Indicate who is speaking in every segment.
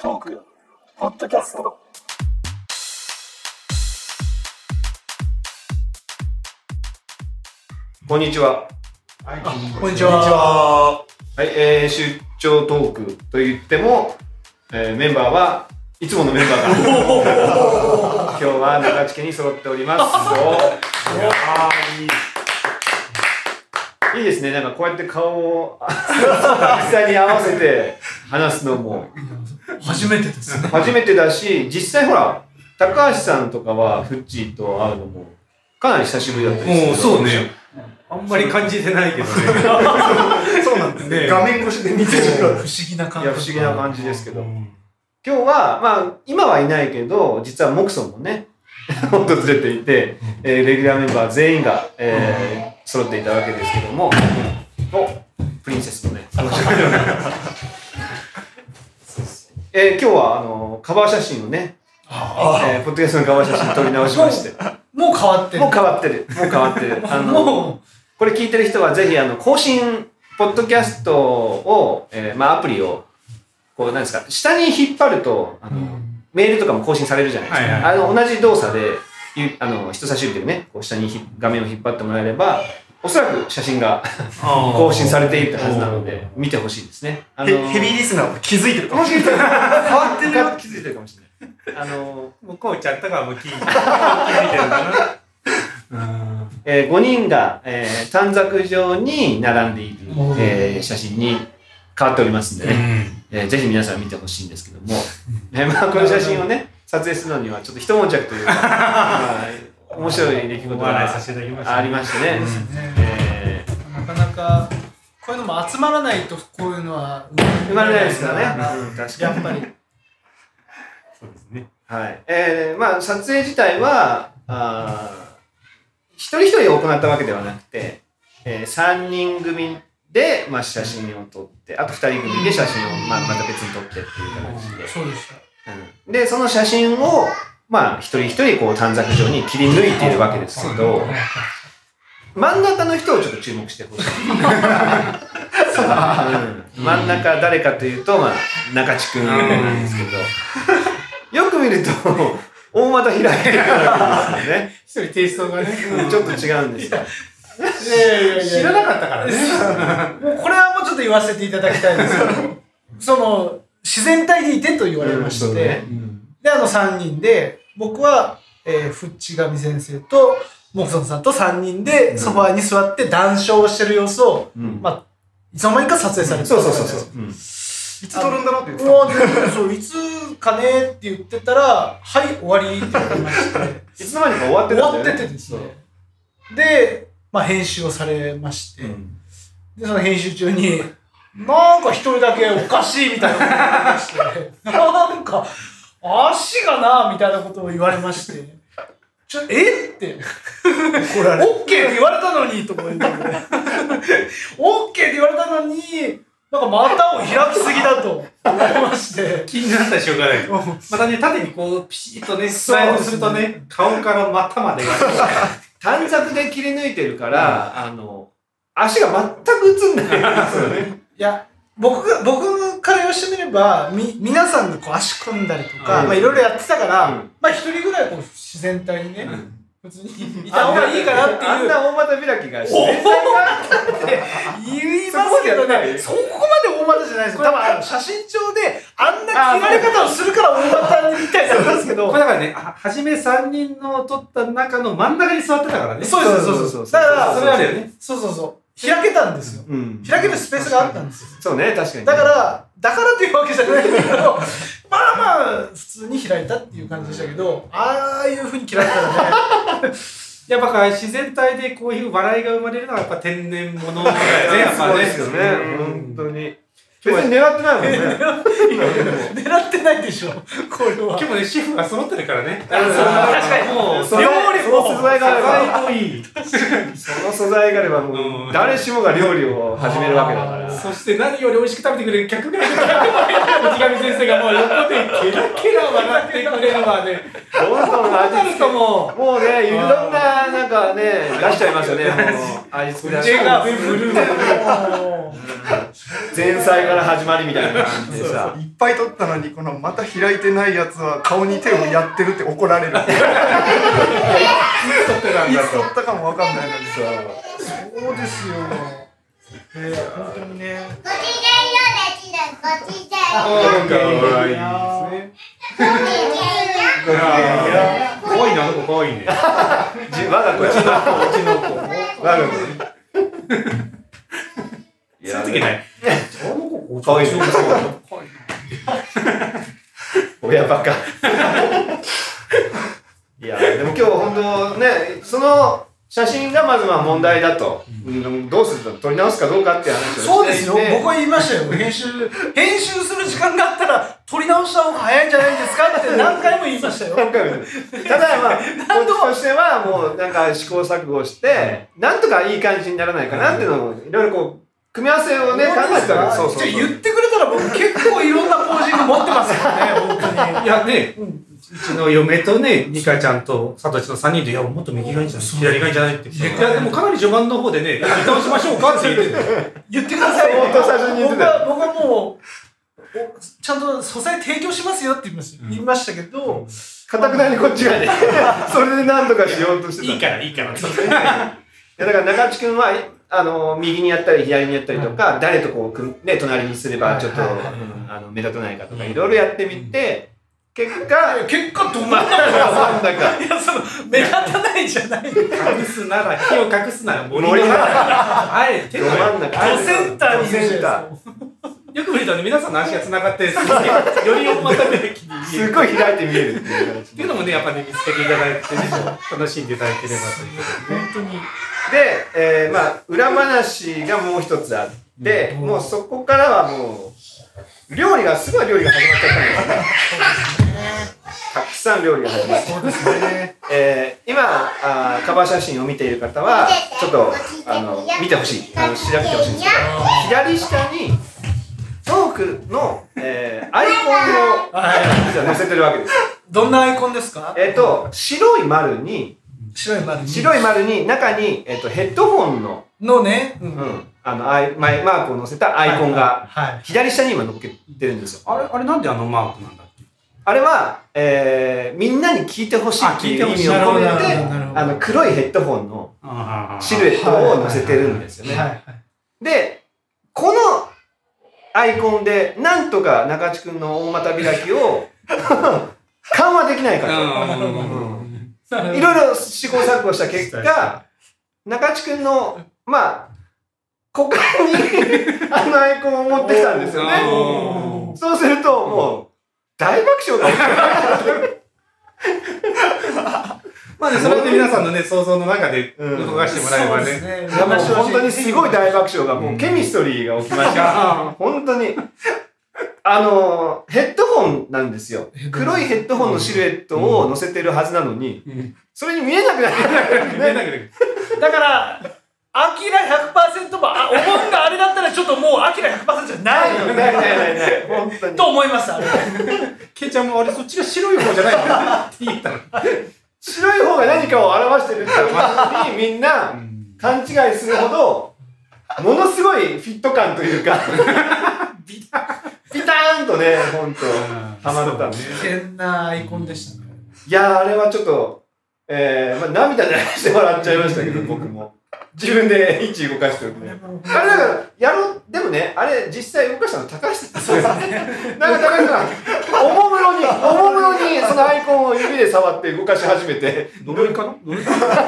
Speaker 1: ークポッドキャスト
Speaker 2: こんにちは。
Speaker 3: こんにちは。
Speaker 2: はい、えー、出張トークと言っても、えーメンバーはいつものメンバーが、今日は中地家に揃っております。いいですね、なんかこうやって顔を、実際に合わせて話すのも
Speaker 3: 初めてですね。
Speaker 2: 初めてだし、実際ほら、高橋さんとかはフッチーと会うのも、かなり久しぶりだったりする。
Speaker 4: もうそうね。あんまり感じてないけどね。
Speaker 1: そうなんですね
Speaker 4: ね
Speaker 1: 画面越しで見てるから
Speaker 3: 不思議な感
Speaker 2: い
Speaker 3: じ。
Speaker 2: や、不思議な感じですけど
Speaker 4: う。ん
Speaker 2: 今日は、まあ、今はいないけど、実はモクソンもね、 訪れていて、えーレギュラーメンバー全員が、えー揃っていたわけですけども、おプリンセスとね、えー今日は、あの、カバー写真をね、
Speaker 3: あ
Speaker 2: えーポッドキャストのカバー写真撮り直しまして、
Speaker 3: もう変わってる。
Speaker 2: もう変わってる、もう変わってる。あの、
Speaker 3: も
Speaker 2: これ聞いてる人はぜひ、あの、更新、ポッドキャストを、えーまあ、アプリを、こう、なんですか、下に引っ張ると、あ
Speaker 3: う
Speaker 2: の、メールとかも更新されるじゃないですか。
Speaker 4: はいは
Speaker 2: あの同じ動作で、ゆあの人差し指でね、こう下にひ画面を引っ張ってもらえれば、おそらく写真が更新されていったはずなので、見てほしいですね。あの
Speaker 1: ヘヘビーリスナーは気づいてるかもしれない
Speaker 2: 変わってるか気づいてるかもしれない。あの、
Speaker 4: 向こう行っちゃったからもう聞い聞いてるかな。うん
Speaker 2: えー、5人が、えー短冊状に並んでいる、えー写真に変わっておりますんでね、えーぜひ皆さん見てほしいんですけども、 えーまあ、この写真をね、撮影するのにはちょっと一悶着というか、 まあ面白い出来事
Speaker 4: お笑いさ
Speaker 2: が
Speaker 4: せていただきました。
Speaker 2: ありましてね。えー
Speaker 3: なかなか、こういうのも集まらないと、こういうのは
Speaker 2: 生まれないですからね。確
Speaker 3: やっぱり。
Speaker 4: そうですね。
Speaker 2: はい。えー、まあ、撮影自体は、あー一人一人行ったわけではなくて、えー、3人組で、まあ、写真を撮って、あと2人組で写真を、まあ、また別に撮ってっていう感じで。
Speaker 3: そうでした。
Speaker 2: うん、で、その写真を、まあ、一人一人、こう、短冊状に切り抜いているわけですけど、真ん中の人をちょっと注目してほしい。うん真ん中誰かというと、まあ、中地君なんですけど、よく見ると、大股開いてるわけです
Speaker 3: 一人テイストが
Speaker 2: よ
Speaker 3: ね。
Speaker 2: ね。うんちょっと違うんですよ。
Speaker 3: いやいやいやいや
Speaker 4: 知らなかったからね。
Speaker 3: もうこれはもうちょっと言わせていただきたいです けど、その、自然体でいてと言われまして、
Speaker 2: うんそうね
Speaker 3: で、あの3人で、僕は、えー、フッチガミ先生と、モクソンさんと3人で、ソファーに座って談笑してる様子を、
Speaker 2: うん
Speaker 3: まあ、いつの間にか撮影されてた
Speaker 2: そうそうそうそう。うん
Speaker 1: いつ撮るんだろうって言って
Speaker 3: うわ全然そういつかねって言ってたら、はい、終わりって言われま して、
Speaker 2: いつの間にか終わって
Speaker 3: 終
Speaker 2: たん
Speaker 3: わっ
Speaker 2: だよ
Speaker 3: て
Speaker 2: ね。
Speaker 3: てですね。で、まあ、編集をされまして、
Speaker 2: そううん
Speaker 3: で、その編集中に、なんか一人だけおかしいみたいなことを言いまして、 なんか、足がな、みたいなことを言われまして、ちょ、えって、
Speaker 1: 怒られる
Speaker 3: オッケーって言われたのに、とか言って、オッケーって言われたのに、なんか股を開きすぎだと言われま して、
Speaker 4: 気になったらしょうがない。またね、縦にこう、ピシッとね、スライドするとね、顔から股までが。
Speaker 2: 短冊で切り抜いてるから、あの、足が全く映んないんですよね。
Speaker 3: いや、僕が、僕から言わしてみれば、み、皆さんがこう足組んだりとか、
Speaker 2: うん
Speaker 3: まあいろいろやってたから、
Speaker 2: うん
Speaker 3: まあ一人ぐらいこう自然体にね、
Speaker 2: ん
Speaker 3: 普通にいた方がいいかなって
Speaker 2: あん
Speaker 3: いう。
Speaker 2: な大股開きがして。
Speaker 3: 言いますけどね、そ
Speaker 2: そ
Speaker 3: こまで大股じゃないですよ。多分あの写真帳であんな切られ方をするから大股みたいになるんですけど
Speaker 4: これ。だからね、ははじめ3人の撮った中の真ん中に座ってたからね。
Speaker 3: そうです、そうです、そうです。だから、
Speaker 4: それあるよね。
Speaker 3: そうそうそう。開けたんですよ。
Speaker 2: うん
Speaker 3: 開けるスペースがあったんですよ。
Speaker 2: そうね、確かに。
Speaker 3: だか、ら、だからというわけじゃないんだけど、まあまあ、普通に開いたっていう感じでしたけど、ああいうふうに切られたらね、
Speaker 4: やっぱこう自然体でこういう笑いが生まれるのはやっぱ天然物だよね、やっ
Speaker 2: そ
Speaker 4: ぱ
Speaker 2: うで
Speaker 4: ね。
Speaker 2: すよね、
Speaker 4: う
Speaker 2: 本
Speaker 4: ん
Speaker 2: 当に。別に 狙ってないもんね。
Speaker 3: 狙ってないでしょ、これは
Speaker 4: 今日。もね、シェフが揃ってるからね。
Speaker 2: あそう確
Speaker 3: かに
Speaker 4: もう、
Speaker 2: その
Speaker 3: 料理も
Speaker 2: その素材があれば、
Speaker 4: 最高いい。
Speaker 2: その素材があれば、も
Speaker 4: う
Speaker 2: うん誰しもが料理を始めるわけだから。
Speaker 4: そして何より美味しく食べてくれる客がいる。内上先生がもう横でケラケラ笑ってくれるわね。
Speaker 2: どんどん
Speaker 3: な
Speaker 2: 味
Speaker 3: る
Speaker 2: 付
Speaker 3: と
Speaker 2: けも。
Speaker 3: も
Speaker 2: もうね、いろんな、なんかね、出しちゃいますよね、もう。味
Speaker 3: う、
Speaker 2: 付け出し
Speaker 3: 腕がブルーもう
Speaker 2: 前菜から始まりみたいな感じでさ。
Speaker 1: いっぱい取ったのに、このまた開いてないやつは顔に手をやってるって怒られる。い
Speaker 4: 撮ってたんだ
Speaker 1: つ
Speaker 4: と
Speaker 1: 取。ったかもわかんないのにさ。
Speaker 3: そうですよ。えー、本当にね。
Speaker 5: ごちげんようだちだ、ごちげん
Speaker 4: か
Speaker 5: よ
Speaker 4: わいい
Speaker 3: いや
Speaker 4: ですね。
Speaker 5: う。ごきげんよう。
Speaker 4: かわいいな、かわいいね。
Speaker 2: じ我が子、うちの子、うちの子。我が子ね。い
Speaker 4: そう
Speaker 2: や
Speaker 4: いう時ない。
Speaker 2: かわいい。親バ カ。いや、でも今日本当ね、その写真がまずまあ問題だと。うんどうすると撮り直すかどうかっていう話をしていて。
Speaker 3: そうですよ。僕は言いましたよ。編集、編集する時間があったら、撮り直した方が早いんじゃないですかって何回も言いましたよ。
Speaker 2: 何回も言うただまあこっちとしてはもうなんか試行錯誤して、なんとかいい感じにならないかなっていうのをいろいろこう組み合わせをね考えてたわけそうそうそう
Speaker 3: じゃあ言ってくれたら僕結構いろんなポージング持ってますよね、本当に。
Speaker 4: いやね、うちの嫁とね、ニカちゃんとサトシの3人で、いや、もっと右がいいんじゃない左がいいんじゃないって。いや、でもかなり序盤の方でね、やり直しましょうかって言ってたよ
Speaker 3: 言ってください。
Speaker 2: 相当最初に言って
Speaker 3: 僕
Speaker 2: たよ
Speaker 3: は、僕はもう、おちゃんと素材提供しますよって言いました,、言いましたけど、
Speaker 2: かたくなにこっちがね それで何とかしようとしてた
Speaker 4: いいから、いいから。
Speaker 2: いやだから中地君はあの右にやったり左にやったりとか、誰とこう組ん、ね、隣にすればちょっと、
Speaker 4: はいはいはい
Speaker 2: うんあの目立たないかとかいろいろやってみて、結果
Speaker 3: 結果 どん
Speaker 2: な
Speaker 3: なの
Speaker 2: んだか
Speaker 3: いや、その、目立たないじゃない。ど
Speaker 4: 隠すなら、火を隠すなら森の
Speaker 2: 森の
Speaker 4: 中。あえて
Speaker 2: ど真ん中
Speaker 3: センターにいるじゃないですか。
Speaker 4: よく見るとね、皆さんの足が繋がって、すげえよりまた目気に見え
Speaker 2: す
Speaker 4: る。
Speaker 2: ごい開いて見えるっていう形
Speaker 4: っていうのもね、やっぱね、見つけていただいてね、楽しんでいただければということ
Speaker 3: 本当に。
Speaker 2: で、えーまあ、裏話がもう一つあって、もうそこからはもう、料理が、すごい料理が始まっちゃったんですね。たくさん料理が始まって、
Speaker 1: そうですね。
Speaker 2: えー今あー、カバー写真を見ている方は、ちょっと、あの、見てほしい。あの、調べてほしいんですけど、左下に、トークの、えーアイコンを、実は載せてるわけです。
Speaker 3: どんなアイコンですか
Speaker 2: えっ、と、白い丸に、
Speaker 3: 白い丸に。
Speaker 2: 白い丸に、中に、えっ、と、ヘッドホンの、
Speaker 3: のね、う
Speaker 2: うんん、あのアイマイマークを載せたアイコンが
Speaker 3: はい。
Speaker 2: 左下に今乗っけてるんですよ。
Speaker 4: で。あれ、あれなんであのマークなんだっけ
Speaker 2: あれは、えーみんなに聞いてほしいっていう
Speaker 4: あ
Speaker 2: 意
Speaker 4: 聞い
Speaker 2: 味
Speaker 4: てほしい
Speaker 2: を込め
Speaker 3: なるほど
Speaker 2: て、
Speaker 3: なるほど
Speaker 2: あの黒いヘッドホンのシルエットを載せてるんですよ
Speaker 3: はいは
Speaker 2: ね。
Speaker 3: い。
Speaker 2: で、このアイコンでなんとか中地君の大股開きを 緩和できないかと。
Speaker 4: うん
Speaker 3: なるほど
Speaker 2: いろいろ試行錯誤した結
Speaker 4: そうそ
Speaker 2: 果、中地君の、まあ、股間に あのアイコンを持ってきたんですよね。
Speaker 4: お
Speaker 2: そうすると、もう、大爆笑が起きる。
Speaker 4: まあね、それで皆さんのね、想像の中で動かしてもらえば
Speaker 3: そうです
Speaker 4: ね。
Speaker 3: ね。
Speaker 2: いやもう本当にすごい大爆笑が、もうケミストリーが起きました。本当に。あの、ヘッドホンなんですよ。黒いヘッドホンのシルエットを載せてるはずなのに、
Speaker 4: うん
Speaker 2: それに 見えなくなってる。
Speaker 4: ねだけど
Speaker 3: だから、アキラ100%も、あ、お盆があれだったらちょっともうアキラ100%じゃないよ
Speaker 2: ないないないない。本当に。
Speaker 3: と思いました。あれ
Speaker 4: ケイちゃんもあれ、そっちが白い方じゃないのって言ったの。
Speaker 2: 白い方が何かを表してるってことにみんな勘違いするほどものすごいフィット感というかビターンとね本当ハマったね
Speaker 3: 変なアイコンでしたね。
Speaker 2: いやーあれはちょっと、えーまあ、涙流して笑っちゃいましたけど僕も自分で位置動かしてるんであれだからやろうでもねあれ実際動かしたの高橋さんですよなんか高橋さんおもむろにおもむろにそのアイコンを指で触って動かし始めて
Speaker 4: 呪いかな呪いかな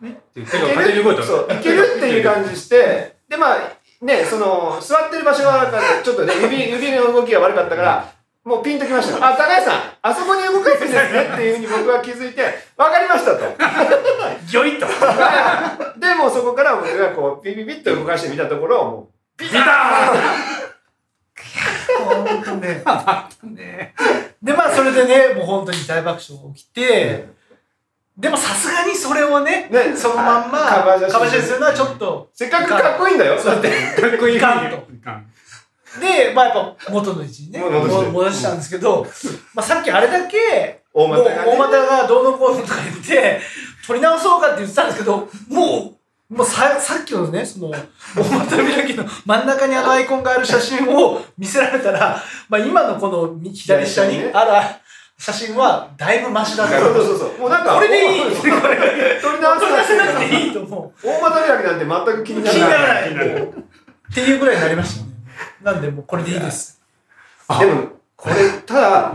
Speaker 4: ねって手が勝手に動いたの
Speaker 2: そう、いけるっていう感じして、で、まあ、ね、その、座ってる場所が悪かった、ちょっとね、 指、指の動きが悪かったから、もうピンときましたよ。あ、高橋さん、あそこに動かしてるんですねっていうふうに僕は気づいて、わかりましたと。
Speaker 4: ギョイッと
Speaker 2: で、もうそこから僕がこう、ビビビッと動かしてみたところ、も
Speaker 4: ビタ
Speaker 1: 本当ね。
Speaker 4: ーンね
Speaker 3: で、まあ、それでね、もう本当に大爆笑が起きて、でもさすがにそれをね、
Speaker 2: ね
Speaker 3: そのまんま、
Speaker 2: カ
Speaker 3: か
Speaker 2: バー
Speaker 3: ば
Speaker 2: 写真
Speaker 3: しゃするのはちょっと、
Speaker 2: う、せっかくかっこいいんだよ、だって。
Speaker 4: かっこいい
Speaker 3: いかんと
Speaker 4: いかん
Speaker 3: で、まあやっぱ元の位置にね、
Speaker 2: 戻
Speaker 1: して
Speaker 3: 戻したんですけど、まあさっきあれだけ、
Speaker 2: 大
Speaker 3: もう
Speaker 2: 股がね
Speaker 3: 大股がどうのこうのとか言って、取り直そうかって言ってたんですけど、もう、もうささっきのね、その、大股開きの真ん中にあのアイコンがある写真を見せられたら、まあ今のこの右左下に
Speaker 2: 左下にね
Speaker 3: ある写真はだいぶマシだった。
Speaker 2: そう
Speaker 3: 取
Speaker 2: そうそう。もうなんか、
Speaker 3: これでいい
Speaker 2: これ取り直
Speaker 3: り出せな
Speaker 2: さ
Speaker 3: く
Speaker 2: なくていい。
Speaker 3: ていいと思
Speaker 2: 大股開きなんて全く気
Speaker 3: う。
Speaker 2: に
Speaker 3: 気
Speaker 2: な
Speaker 3: にな
Speaker 2: らない。
Speaker 3: らない。っていうぐらいになりましたね。なんでもうこれでいいです。
Speaker 2: でも、これ、ただ、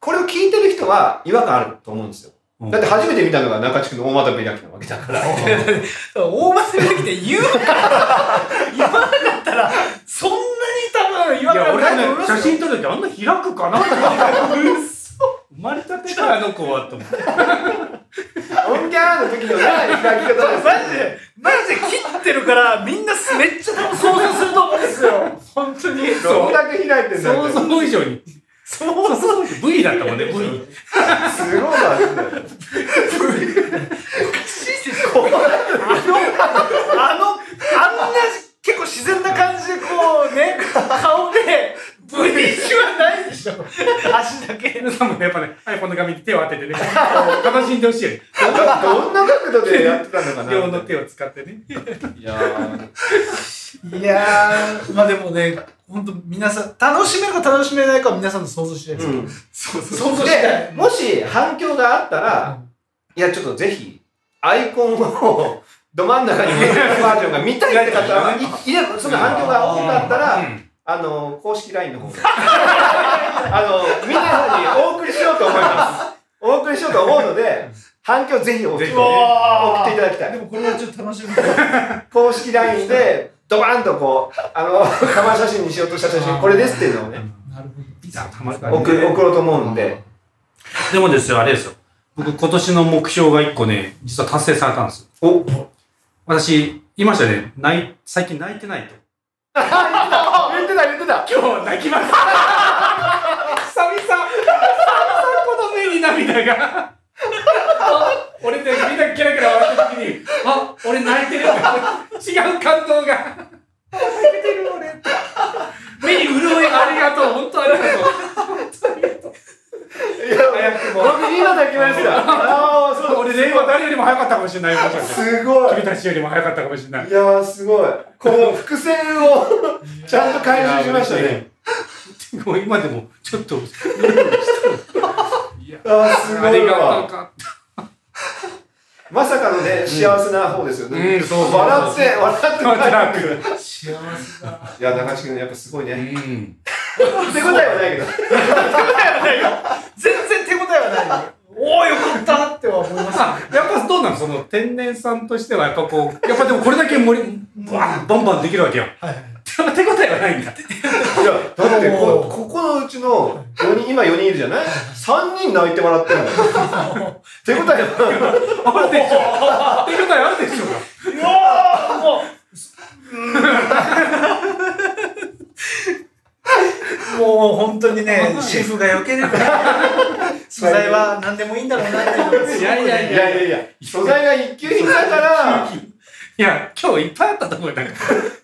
Speaker 2: これを聞いてる人は違和感あると思うんですよ。
Speaker 4: うん
Speaker 2: だって初めて見たのが中地区の大股開きなわけだ から。
Speaker 3: 大祭りできて言うから、言わなかったら、そんなに多分言わ
Speaker 4: い
Speaker 3: な
Speaker 4: や、
Speaker 3: かった
Speaker 4: 俺ね、写真撮るときあんな開くかなと思って。生まれたてだ、あの子は、と思って。
Speaker 2: オンキャーの時のね、開き方
Speaker 3: マジで、マジで切ってるから、みんなすめっちゃ多分想像すると思うんですよ。本当に。
Speaker 2: どんだけ開いてんだ
Speaker 4: 想
Speaker 2: って。
Speaker 4: 像以上に。
Speaker 3: 想像
Speaker 4: V だったもんね、V。
Speaker 2: すごいなって。
Speaker 3: こうあの、あの、あんな結構自然な感じでこうね、顔で、ブリッジはないでしょ。足だけ。
Speaker 4: 皆さんもね、やっぱね、iPhone の画面に手を当 ててね、こう楽しんでほしいよね。
Speaker 2: どんな角度でやってたのかな。
Speaker 4: 両の手を使ってね。
Speaker 2: いやー
Speaker 3: いやー、まあでもね、本当皆さん、楽しめるか楽しめないかは皆さんの想像してないです。
Speaker 2: うん
Speaker 1: そうそう
Speaker 3: 想像してな
Speaker 2: で
Speaker 3: い。
Speaker 2: もし反響があったら、いや、ちょっとぜひ、アイコンを、 ど真ん中にメールバージョンが見たいって方は、いいれば、その反響が多かったら、あの、公式 LINE の方で。 あの、皆さんにお送りしようと思います。お送りしようと思うので、反響ぜひ送って
Speaker 4: ぜ
Speaker 2: ね
Speaker 4: ひ
Speaker 2: 送っていただきた
Speaker 3: で
Speaker 2: い。
Speaker 3: もこれはちょっと楽しみ。
Speaker 2: 公式 LINE で、ドバーンとこう、あの、カバン写真にしようとした写真、これですっていうのをね、
Speaker 3: なるほど。
Speaker 4: いざたまるか
Speaker 2: 送送ろうと思うんで。
Speaker 4: でもですよ、あれですよ。僕、今年の目標が一個ね、実は達成されたんですよ。
Speaker 2: お
Speaker 4: 私、言いましたよね。ない、最近泣いてない と。
Speaker 2: 言ってた言ってた
Speaker 4: 今日泣きます。久々、久々この目に涙が。俺ね、みんなキラキラ笑った時に、あ、俺泣いてるよ。違う感動が。泣いてる俺。目に潤いありがとう。本当ありがとう。
Speaker 2: いや、早くも。僕今泣きました。ああ、そう。
Speaker 4: 俺ね、今誰よりも早かったかもしれない。もしかしたら
Speaker 2: すごい。
Speaker 4: 君たちよりも早かったかもしれない。
Speaker 2: いやー、すごい。この伏線を、ちゃんと回収しましたね。
Speaker 4: もう今でも、ちょっと、
Speaker 2: あー、すご
Speaker 4: あれ
Speaker 2: い
Speaker 4: があったの
Speaker 2: わ。
Speaker 4: か。
Speaker 2: まさかのね、幸せな方ですよね。
Speaker 4: うんそうそうそう
Speaker 2: 笑って、笑って
Speaker 4: なんと
Speaker 2: 笑
Speaker 4: なく。
Speaker 3: 幸せだ。
Speaker 2: いや、中志君、やっぱすごいね。
Speaker 4: ん。
Speaker 2: って答えはないけど。
Speaker 3: 全然手応えはないよ。おーよかったっては思いました。
Speaker 4: あやっぱどうなのその天然さんとしてはやっぱこうやっぱでもこれだけ盛りバンバンバンできるわけよ
Speaker 3: はいはい。
Speaker 4: 手応えはないんだ
Speaker 2: いや、だって
Speaker 3: お
Speaker 2: こ、
Speaker 3: ー
Speaker 2: ここのうちの4人、今4人いるじゃない ?3 人泣いてもらって るの。って答えは、
Speaker 4: あるでしょ 手応えあるでしょう
Speaker 3: うわーもう、もう本当に ね、シェフがよければ、素材は何でもいいんだろうなって思って。
Speaker 4: いやいやい
Speaker 2: いやいやいや、素材が一級品だから、
Speaker 4: いや今日いっぱいあったと思うよなんか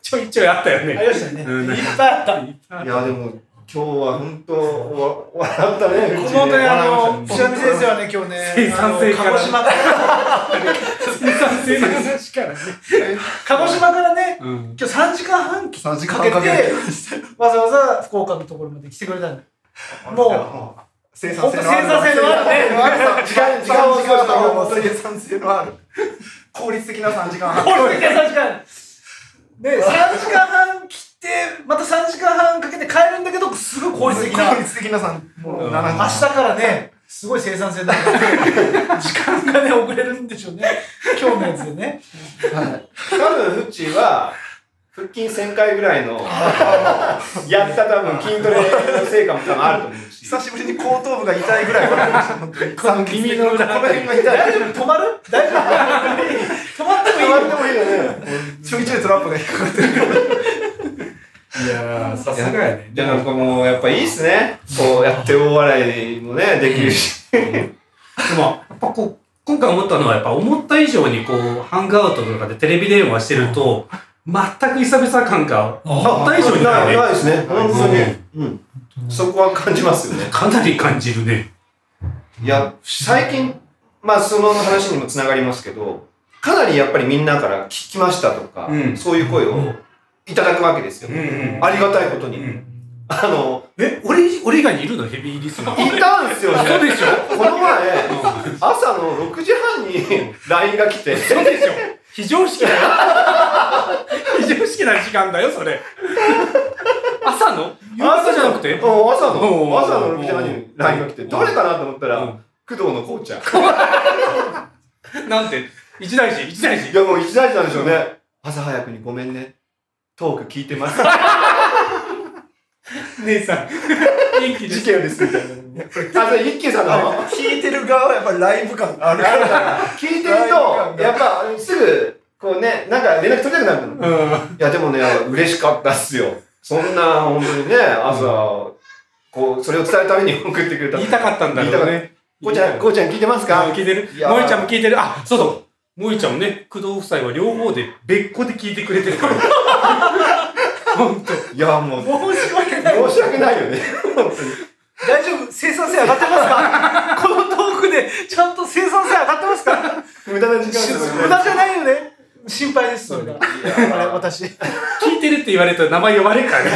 Speaker 4: ちょいちょいあったよ
Speaker 3: あ
Speaker 4: ね
Speaker 3: りましたね。
Speaker 4: うん
Speaker 3: いっぱいあった。
Speaker 2: いや、でも、今日は本当、わ笑ったね。
Speaker 3: このね、あの、
Speaker 2: うち
Speaker 3: 石上先生はね、今日
Speaker 4: 生
Speaker 3: ね、あ
Speaker 4: 産
Speaker 3: の
Speaker 4: 性から
Speaker 3: 鹿児島から、
Speaker 4: 生産性の話からね
Speaker 3: 鹿児島からね、
Speaker 4: うん
Speaker 3: 今日3時間半か
Speaker 1: 3時間
Speaker 3: け
Speaker 1: かけ
Speaker 3: て
Speaker 1: て、
Speaker 3: わざわざ福岡のところまで来てくれたんだ。も
Speaker 1: 生
Speaker 3: ほ
Speaker 1: 産
Speaker 3: んと
Speaker 1: 性
Speaker 3: 生
Speaker 1: のあ
Speaker 3: 産
Speaker 1: る
Speaker 3: 性のあるね。
Speaker 1: 時間時間を使うの本当に生産性のある効率的な3時間半
Speaker 3: これだけ3時間。ね、3時間半来て、また3時間半かけて帰るんだけど、すごい効率的な
Speaker 1: 効。率的な3もう
Speaker 4: うん
Speaker 1: 7時
Speaker 3: 明日からね、すごい生産性だ から、時間がね、遅れるんでしょうね。今日のやつでね。
Speaker 2: 多分、フッチーは、腹筋1000回ぐら いの、やった多分、筋トレの成果も多分あると思うし。
Speaker 1: 久しぶりに後頭部が痛いぐらい笑いました本当に三月
Speaker 4: 耳の裏
Speaker 1: この辺が痛い
Speaker 3: 大丈夫止まる大丈夫止まってもい
Speaker 2: 止
Speaker 3: い
Speaker 2: まってもいいよね。
Speaker 1: ちょいちょいトラップが引っかかってる
Speaker 4: いやさすがやね
Speaker 2: じゃあなんかもう、やっぱいいっすね。こうやって大笑いもね、できるし。
Speaker 4: でもやっぱこう今回思ったのはやっぱ思った以上にこうハングアウトとかでテレビ電話してると全く久々感があった以上に
Speaker 2: ない
Speaker 4: ない
Speaker 2: ないですね。本当に。うん。そこは感じますよね。
Speaker 4: かなり感じるね。
Speaker 2: いや、最近、まあその話にもつながりますけど、かなりやっぱりみんなから聞きましたとか、
Speaker 4: うん
Speaker 2: そういう声をいただくわけですよ。
Speaker 4: ん
Speaker 2: ありがたいことに。
Speaker 4: ん
Speaker 2: あの、
Speaker 4: え、俺、俺以外にいるのヘビーリスナー。
Speaker 2: いたんですよね。
Speaker 4: そうでしょ
Speaker 2: この前、朝の6時半に LINE が来て、
Speaker 4: そうでしょ非常識だ よ。非常識な時間だよ、それ。朝の夕方じゃなくて
Speaker 2: うん朝
Speaker 4: うん
Speaker 2: の、朝の6時半に LINE が来
Speaker 4: う
Speaker 2: て、
Speaker 4: ん
Speaker 2: 誰かなと思った
Speaker 4: う
Speaker 2: ら
Speaker 4: ん、
Speaker 2: 工藤のこうちゃん。
Speaker 4: なんて、一大事、一大事
Speaker 2: い。やもう一大事なんでしょうね。朝早くにごめんね。トーク聞いて ます。
Speaker 4: 姉さん、元気で
Speaker 2: 事
Speaker 4: す。
Speaker 2: 件ですみたいな。あ、それ一休さんの。
Speaker 1: 聞いてる側はやっぱりライブ感あるから
Speaker 2: 聞いてると、やっぱすぐ、こうね、なんか連絡取りたくなるの。い
Speaker 4: うん。
Speaker 2: や、でもね、嬉しかったっすよ。そんな、本当にね、朝、こう、それを伝えるために送ってくれた。
Speaker 4: 言いたかったんだ
Speaker 2: 言いた
Speaker 4: ろ
Speaker 2: か
Speaker 4: う
Speaker 2: っ
Speaker 4: ね。
Speaker 2: たこうちゃん、こうちゃん聞いてます
Speaker 4: あ
Speaker 2: か
Speaker 4: 聞いてる
Speaker 2: いや
Speaker 4: 萌えちゃんも聞いてる。あ、そうそう。萌えちゃんもね、工藤夫妻は両方で別個で聞いてくれてるから。 本当。
Speaker 2: いや、もう、
Speaker 3: 申し訳ない。
Speaker 2: 申し訳ないよね。本当に
Speaker 3: 大丈夫生産性上がってます かこのトークでちゃんと生産性上がってますか
Speaker 2: 無駄な時間です
Speaker 3: 無駄じゃないよね心配ですそれがあれ私
Speaker 4: 聞いてるって言われたら名前呼ばれるからね。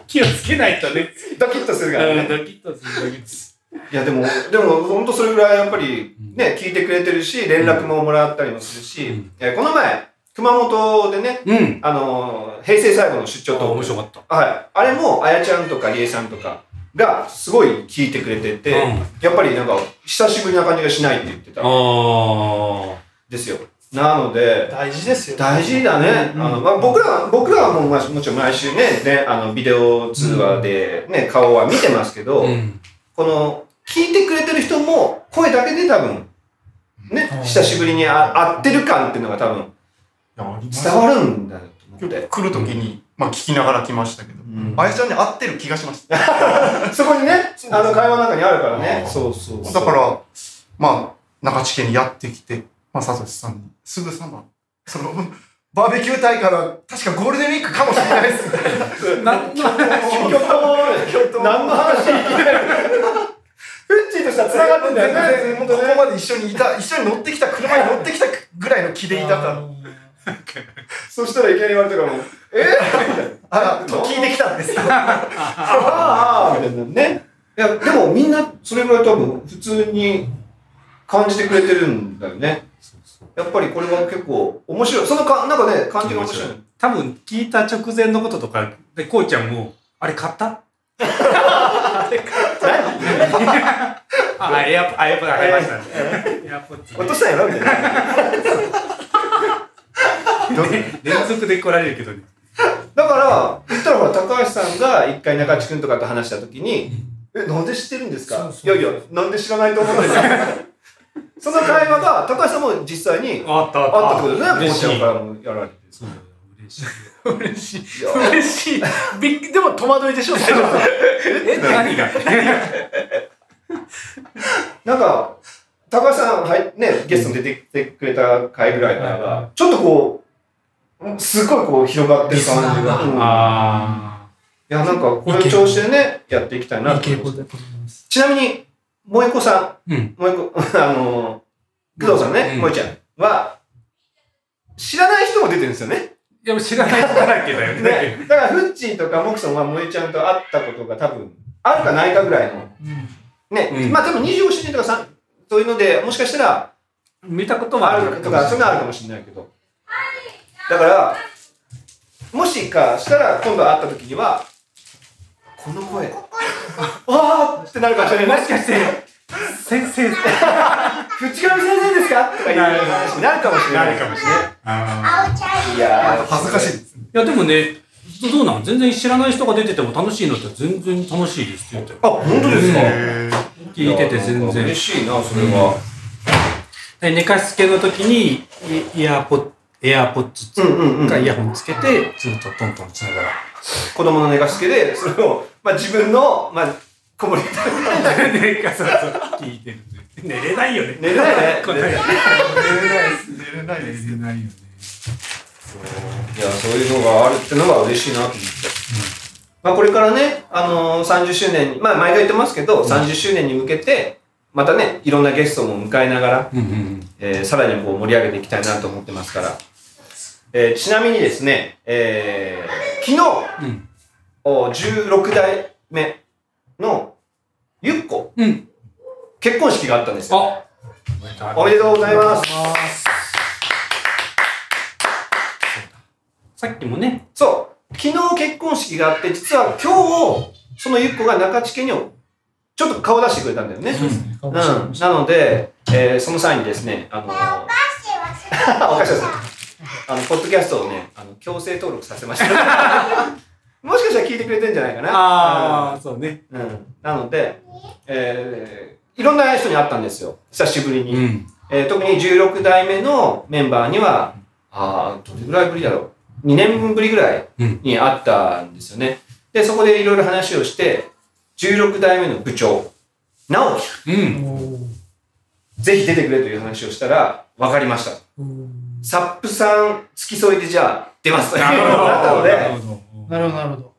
Speaker 4: 気をつけないとね。
Speaker 2: ドキッとするから
Speaker 4: うん、
Speaker 2: ね。
Speaker 4: ドキッとする。ドキッとす
Speaker 2: いや、でも、でも、本当それぐらいやっぱり、ね、聞いてくれてるし、連絡ももらったりもする
Speaker 4: う
Speaker 2: し
Speaker 4: ん、
Speaker 2: えこの前、熊本でね、
Speaker 4: る。うん。
Speaker 2: あのー、平成最後の出
Speaker 4: ちょ
Speaker 2: 張
Speaker 4: っと
Speaker 2: と
Speaker 4: 面白かった。
Speaker 2: はい。あれも、あやちゃんとかりえさんとかが、すごい聞いてくれてて、やっぱりなんか、久しぶりな感じがしないって言ってたん
Speaker 4: あ
Speaker 2: ですよ。なので、
Speaker 3: 大事ですよ
Speaker 2: 大事だね。あの、まあ、僕らは、僕らはもう、まあ、もちろん毎週ね、ね、あの、ビデオ通話でね、顔は見てますけど、
Speaker 4: あ。ん。
Speaker 2: この、聞いてくれてる人も、声だけで多分、ね
Speaker 3: う、ん
Speaker 2: 久しぶりにあ会ってる感っていうのが多分、伝わるんだと思って。
Speaker 1: 来る時に、まあ聞きながら来ましたけど、
Speaker 2: うん
Speaker 1: あやちゃんに合ってる気がしました。
Speaker 2: そこにね、あの、会話の中にあるからね。
Speaker 1: うん
Speaker 2: そうそうそう
Speaker 1: だから、まあ、中地家にやってきて、まあ、サトシさんに、すぐさま、その、バーベキュー大会は、確かゴールデンウィークかもしれないですね。
Speaker 4: なんの
Speaker 2: 京都 何の話フッチーとしたら繋がってんだよね。
Speaker 1: 全然ここまで一緒にいた、一緒に乗ってきた、車に乗ってきたぐらいの気でいたから、
Speaker 2: そしたらいきなり言われたからもう、え
Speaker 1: あ、と聞いてきたんですよ。
Speaker 2: ああみたいなね。いや、でもみんなそれぐらい多分普通に感じてくれてるんだよね。やっぱりこれは結構面白い。そのか、なんかね、感じが面白い。
Speaker 4: 多分聞いた直前のこととか、で、こうちゃんも、あれ買 ったあ、エアポ、あ、エアポ、買いましたね。エアポッツ
Speaker 2: 落としたんやろみたいな。
Speaker 4: ね連続で来られるけどね。
Speaker 2: だから、言ったらほら、高橋さんが一回中地君とかと話したときに、え、なんで知ってるんですか
Speaker 3: そうそう
Speaker 2: いやいや、なんで知らないと思うんですよ。その会話が、高橋さんも実際に
Speaker 4: あった、
Speaker 2: あったってことですね。
Speaker 4: 嬉
Speaker 2: も
Speaker 4: し
Speaker 2: ちろん
Speaker 4: い
Speaker 2: か。らもやられて。
Speaker 4: そう、嬉しい。
Speaker 3: 嬉し
Speaker 2: い
Speaker 3: い
Speaker 2: や
Speaker 3: 嬉しいびっくでも戸惑いでしょ大丈夫え
Speaker 4: 何が
Speaker 2: なんか、高橋さん、はい、ね、ゲストに出てきてくれた回ぐらいから、ちょっとこううん、すごいこう広がってる感じが。うん
Speaker 4: あ
Speaker 2: いや、なんか、この調子でね、やっていきたいなと思います。
Speaker 3: だと思います
Speaker 2: ちなみに、萌子さん、
Speaker 4: うん
Speaker 2: 萌子、 あのー、工藤さんね、
Speaker 4: うん
Speaker 2: 萌ちゃんは、知らない人も出てるんですよ ね。
Speaker 4: ー。でも知らない人だらけだよね。
Speaker 2: ね。だから、フッチーとかモクさんは萌ちゃんと会ったことが多分、あるかないかぐらいの。ね。
Speaker 4: うん
Speaker 2: まあ、多分25周年とかさん、そういうので、もしかしたら、
Speaker 4: 見たことは
Speaker 2: あ
Speaker 4: あ
Speaker 2: る
Speaker 4: る
Speaker 2: とか、そういうのあるかもしれないけど。だから、もしかしたら、今度会った時には、この声、あーってなるかもしれない。
Speaker 4: もしかして、先生、
Speaker 2: 淵上先生ですかとかいう話になるかもしれない。
Speaker 4: もしれない。あ
Speaker 5: あおちゃん
Speaker 2: いやー
Speaker 1: 恥ずかしいです。
Speaker 4: ーいや、でもね、どうなん全然知らない人が出てても楽しいのって全然楽しいですって言って
Speaker 2: あ、本当ですか
Speaker 4: 聞いてて全然。
Speaker 2: 嬉しいな、それは。
Speaker 4: で寝かしつけの時にイイヤーポッエアーポッツ
Speaker 2: うんうんうん
Speaker 4: かイヤホンつけてずっとトントンしながら
Speaker 2: 子供の寝かしつけで、それを、まあ自分の、まあ、 こもりたい。
Speaker 4: 寝かさず聞いてる寝れないよね
Speaker 2: 寝れないね。
Speaker 4: こんな
Speaker 1: 寝れないです。寝れないです。
Speaker 4: ないよね
Speaker 2: いや、そういうのがあるってのが嬉しいなと思って。まあ、これからね、あのー、30周年に、まあ、毎回言ってますけど、30周年に向けて、またね、いろんなゲストも迎えながら、
Speaker 4: うんうん
Speaker 2: えーさらにこう盛り上げていきたいなと思ってますから。えーちなみにですね、えー昨日、
Speaker 4: うん
Speaker 2: お16代目のゆっこ、
Speaker 4: うん
Speaker 2: 結婚式があったんですよ。
Speaker 4: あ
Speaker 2: おめでとうございます。
Speaker 4: さっきもね
Speaker 2: そう、昨日結婚式があって、実は今日、そのゆっこが中地家にちょっと顔出してくれたんだよね。
Speaker 3: う
Speaker 2: うん、
Speaker 3: んうん
Speaker 2: なので、えーその際にですね、あのーお菓子忘れたあの、ポッドキャストをね、あの、強制登録させました。 もしかしたら聞いてくれてんじゃないかな。
Speaker 4: ああそうね
Speaker 2: うん。うんなので、えーいろんな人に会ったんですよ。久しぶりに。
Speaker 4: ん
Speaker 2: えー特に16代目のメンバーには、ああ、どれぐらいぶりだろう。2年ぶりぐらいに会ったんですよね。で、そこでいろいろ話をして、16代目の部長、直樹、
Speaker 4: うん
Speaker 2: ぜひ出てくれという話をしたら、わかりました。サップさん付き添いでじゃあ出ますということに なったの
Speaker 4: な
Speaker 2: で、
Speaker 4: るほど
Speaker 3: なるほど、なるほど。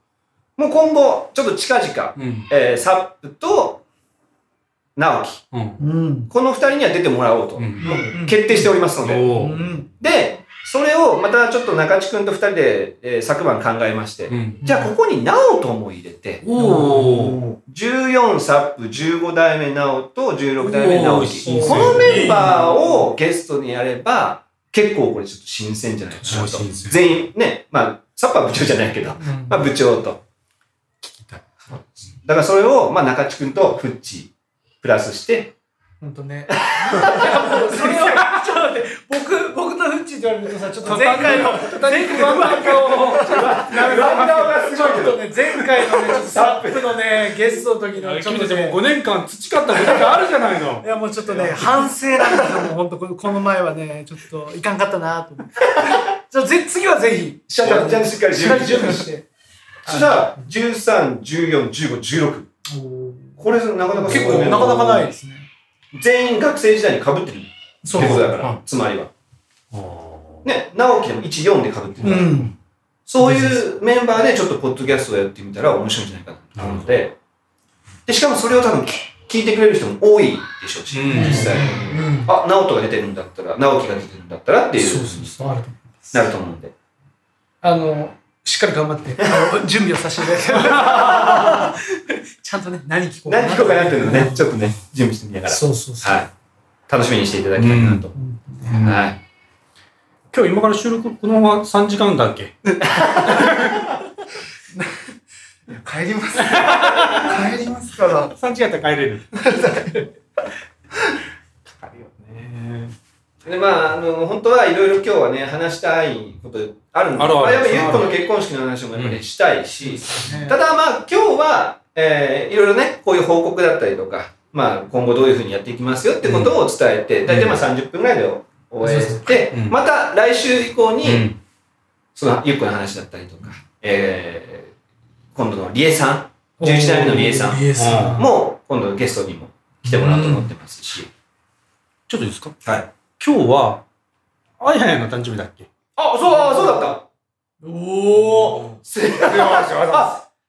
Speaker 2: もう今後、ちょっと近々、
Speaker 4: うん
Speaker 2: えーサップと直樹、
Speaker 4: うん
Speaker 3: うん。
Speaker 2: この二人には出てもらおうと、
Speaker 4: うん
Speaker 2: 決定しておりますので、
Speaker 4: おー
Speaker 2: で、それをまたちょっと中地君と二人で、えー昨晩考えまして、
Speaker 4: うん
Speaker 2: じゃあここに直人も入れて、
Speaker 4: おー
Speaker 2: 14サップ、15代目直人、16代目直
Speaker 4: お
Speaker 2: 樹。
Speaker 4: ー
Speaker 2: このメンバーをゲストにやれば、結構これちょっと新鮮じゃないかなと。
Speaker 4: 新鮮
Speaker 2: 全員、ね、まあ、サッパー部長じゃないけど、まあ部長と。
Speaker 4: たい
Speaker 2: だからそれを、まあ中地君とフッチプラスして、
Speaker 3: ほんとね。それを、ちょっと待って、僕、僕とフッチーって言われるとさ、ちょっと前回の、前回のワンダを、
Speaker 2: すごい
Speaker 3: ちょっとね、前回のね、ちょっとサップのね、ゲストの時の、ちょっ
Speaker 4: 君
Speaker 3: と
Speaker 4: たち
Speaker 3: ね
Speaker 4: も5年間培ったことがあるじゃないの
Speaker 3: いやもうちょっとね、反省なんですよ、もう本当このこの前はね、ちょっといかんかったなと思って。じゃあぜ次はぜひ、
Speaker 2: ちゃんとしっかり
Speaker 3: しっ
Speaker 2: 準
Speaker 3: か
Speaker 2: 備
Speaker 3: り準備して。
Speaker 2: そしたら、13、14、15、16。これなかなかす
Speaker 3: 結
Speaker 2: ごいね
Speaker 3: 構なかなかないですね。
Speaker 2: 全員学生時代に被ってるって
Speaker 3: そ
Speaker 2: ことだか
Speaker 1: う
Speaker 2: ら、つまりは。ね、直樹でも1、4で被ってるから、
Speaker 3: ん。
Speaker 2: そういうメンバーでちょっとポッドキャストをやってみたら面白いんじゃないかなと思うので、で、しかもそれを多分き聞いてくれる人も多いでしょうし、
Speaker 4: うん
Speaker 2: 実際。
Speaker 3: うん。
Speaker 2: あ、直人が出てるんだったら、直樹が出てるんだったらっていう、
Speaker 3: そうあると思う。
Speaker 2: なると思うんで。
Speaker 3: あの、しっかり頑張って、あの準 備をさせていた だいて。ちゃんとね、何聞こう
Speaker 2: 何聞こうかなっていうのをね、ちょっとね、準備してみながら、
Speaker 3: そうそうそう。
Speaker 2: はい。楽しみにしていただきたいなと。
Speaker 3: うん
Speaker 2: はい。
Speaker 4: 今日今から収録このまま3時間だっけ
Speaker 1: 帰ります。 帰りますから。
Speaker 4: 3時間やったら帰れる
Speaker 2: でまあ、あの本当はいろいろ今日はね話したいことあるんで
Speaker 4: あるある
Speaker 2: まあ、やっぱりゆっこ
Speaker 4: あ
Speaker 2: の
Speaker 4: る
Speaker 2: 結婚式の話もやっぱ
Speaker 4: う
Speaker 2: りしたいし、
Speaker 3: ね
Speaker 2: ただまあ今日は、えーいろいろねこういう報告だったりとか、まあ、今後どういうふうにやっていきますよってことを伝えて、大体まあ30分ぐらいで終えて、
Speaker 4: うん
Speaker 2: また来週以降に、
Speaker 4: うん
Speaker 2: そのゆっこの話だったりとか、えー今度のリエさん11代目のリエさ
Speaker 3: リエ
Speaker 4: うん
Speaker 3: さん。
Speaker 2: も今度ゲストにも来てもらおうと思ってますし、
Speaker 4: ちょっといいですか
Speaker 2: はい
Speaker 4: 今日はあややの誕生日だっけ
Speaker 2: あそうあそうだった
Speaker 3: おー。
Speaker 2: すいませんあ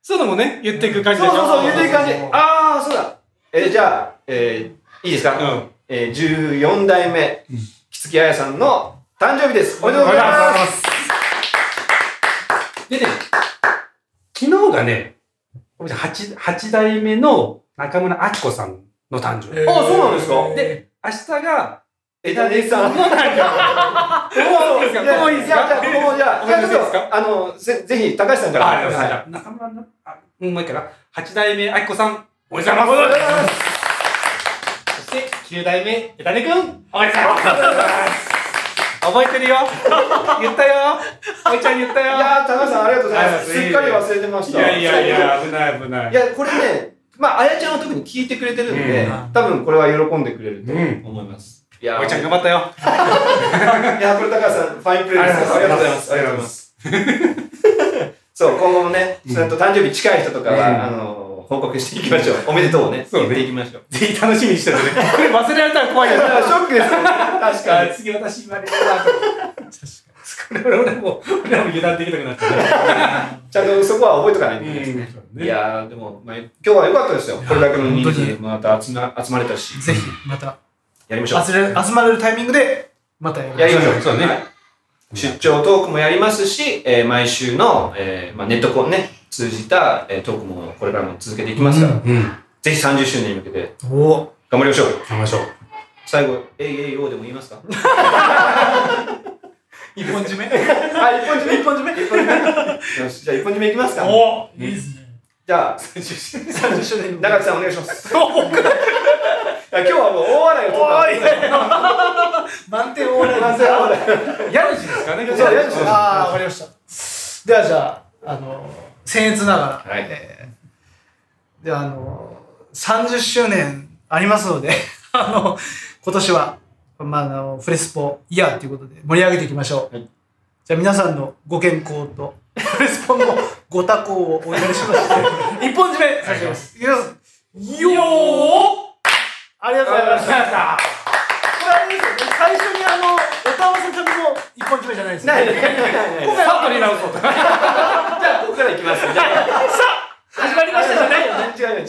Speaker 4: そういうのもね言っていく感じ
Speaker 2: そう
Speaker 4: でしょ
Speaker 2: そうそう、言ってる感じ
Speaker 3: そうそうそう。
Speaker 2: ああ、そうだ。えーじゃあ、えーいいですか、
Speaker 4: うん
Speaker 2: えー、?14 代目
Speaker 4: うん、
Speaker 2: 木月彩さんの誕生日です。おめでとうございます。
Speaker 4: でね、昨日がね、これ8、八代目の中村明子さんの誕生日。
Speaker 2: あそうなんですか
Speaker 4: で、明日が、
Speaker 2: 枝根さんの誕生日。
Speaker 4: そうですか
Speaker 2: いや
Speaker 4: もういいですか
Speaker 2: いやじゃあもうじゃあ、
Speaker 4: お
Speaker 2: じゃあ
Speaker 4: 話いいですか
Speaker 2: あの、ぜぜひ、高橋さんから。はい
Speaker 4: い、中村の、あ、うん、もう一回な。8代目明子さん、おめでとう
Speaker 2: お
Speaker 4: ご
Speaker 2: めでとうございま
Speaker 4: ざいますす。そして、9代目、枝根くん、おめでとうございます。覚えてるよ。 言ったよ。おいちゃん言った
Speaker 2: い
Speaker 4: よ。
Speaker 2: やー、高橋さんありがとうございます。
Speaker 4: あ
Speaker 2: すっ
Speaker 4: いやいや
Speaker 2: かり忘れてました。
Speaker 4: や、危ない危ない
Speaker 2: い。や、これね、まあ、あやちゃんは特に聞いてくれてるんで、
Speaker 4: うん
Speaker 2: 多分これは喜んでくれると
Speaker 4: うん
Speaker 2: 思います。いやー
Speaker 4: おいちゃん頑張ったよ。
Speaker 2: いや、これ高橋さん、ファインプレーです。
Speaker 4: あ
Speaker 2: あり
Speaker 4: りが
Speaker 2: が
Speaker 4: と
Speaker 2: とう
Speaker 4: うご
Speaker 2: ご
Speaker 4: ざ
Speaker 2: ざ
Speaker 4: い
Speaker 2: い
Speaker 4: ま
Speaker 2: ますす。ありがとうございます。そう、今後もね、それと誕生日近い人とかは、
Speaker 4: うん
Speaker 2: あの、報告していきましょう。おめでとうをね、
Speaker 4: そうね
Speaker 2: 言っていきましょう。
Speaker 4: ぜひ楽しみにしてるね。 これ忘れられたら怖いよ
Speaker 2: ショックですね。確かに。
Speaker 4: 次私言われるな。俺俺も、俺も油断できなくなっちゃ
Speaker 2: ちゃんとそこは覚えとかないといけないですね。
Speaker 4: う。
Speaker 2: いやー、でも、まあ、今日は良かったですよ。これだけの人数
Speaker 3: い
Speaker 2: で
Speaker 3: や
Speaker 2: また集な集まれたし、
Speaker 3: ぜひ、また、
Speaker 2: やりましょう。
Speaker 3: 集れ集まれるタイミングで、またやりま
Speaker 2: やり
Speaker 3: しょ
Speaker 2: ましょう。
Speaker 4: そうね
Speaker 2: はい出張トークもやりますし、えー毎週の、えーまあ、ネットコンね、通じた、えートークもこれからも続けていきますから、
Speaker 3: う
Speaker 4: うん。
Speaker 2: ぜひ30周年に向けて
Speaker 3: う。おお。
Speaker 2: 頑張りましょう。
Speaker 4: やりましょう。
Speaker 2: 最後、AAO でも言いますか
Speaker 3: 一本締め
Speaker 2: あ、一本締め、
Speaker 3: 一本締め
Speaker 2: 一本締め。よし、じゃあ一本締めいきますか。
Speaker 3: おおいいっすね。
Speaker 2: じゃあ、
Speaker 3: 30周年に。
Speaker 2: 中木さんお願いします。いや今日はもう大笑いを取った。
Speaker 3: 満点オーライ
Speaker 2: 完成大 笑い
Speaker 4: 家主ですかね、
Speaker 2: そう家主
Speaker 3: ああ、わかりました。ではじゃあ、あの、僭越ながら、
Speaker 2: はい
Speaker 3: えーではあの、30周年ありますので、 あの、今年は、まあ、あの、フレスポイヤーということで盛り上げていきましょう。
Speaker 2: はい
Speaker 3: じゃあ皆さんのご健康と、フレスポのご多幸をお祈りしまして、一本締め差し上げます。いきます。よーありがとうございます。これあれですよね最初にあの、おたわせための一本決めじゃないですね。
Speaker 2: ないないないない
Speaker 4: サッとに直そう と。
Speaker 2: じゃあ、ここから行きます。じゃあ、
Speaker 3: 始まりましたじゃないよね。
Speaker 2: 違う違う
Speaker 3: 違うよね。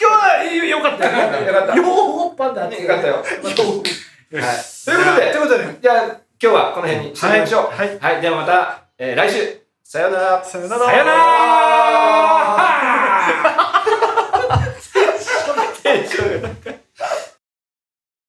Speaker 3: 今日は良かったよね。
Speaker 2: よかった。
Speaker 3: 両方パンダ
Speaker 2: よかったよ。はい。ということで、
Speaker 3: ということで、
Speaker 2: じゃあ、今日はこの辺にしてみましょう。はい。ではまた、えー来週。さようなら。
Speaker 3: さよなら。
Speaker 2: さよなら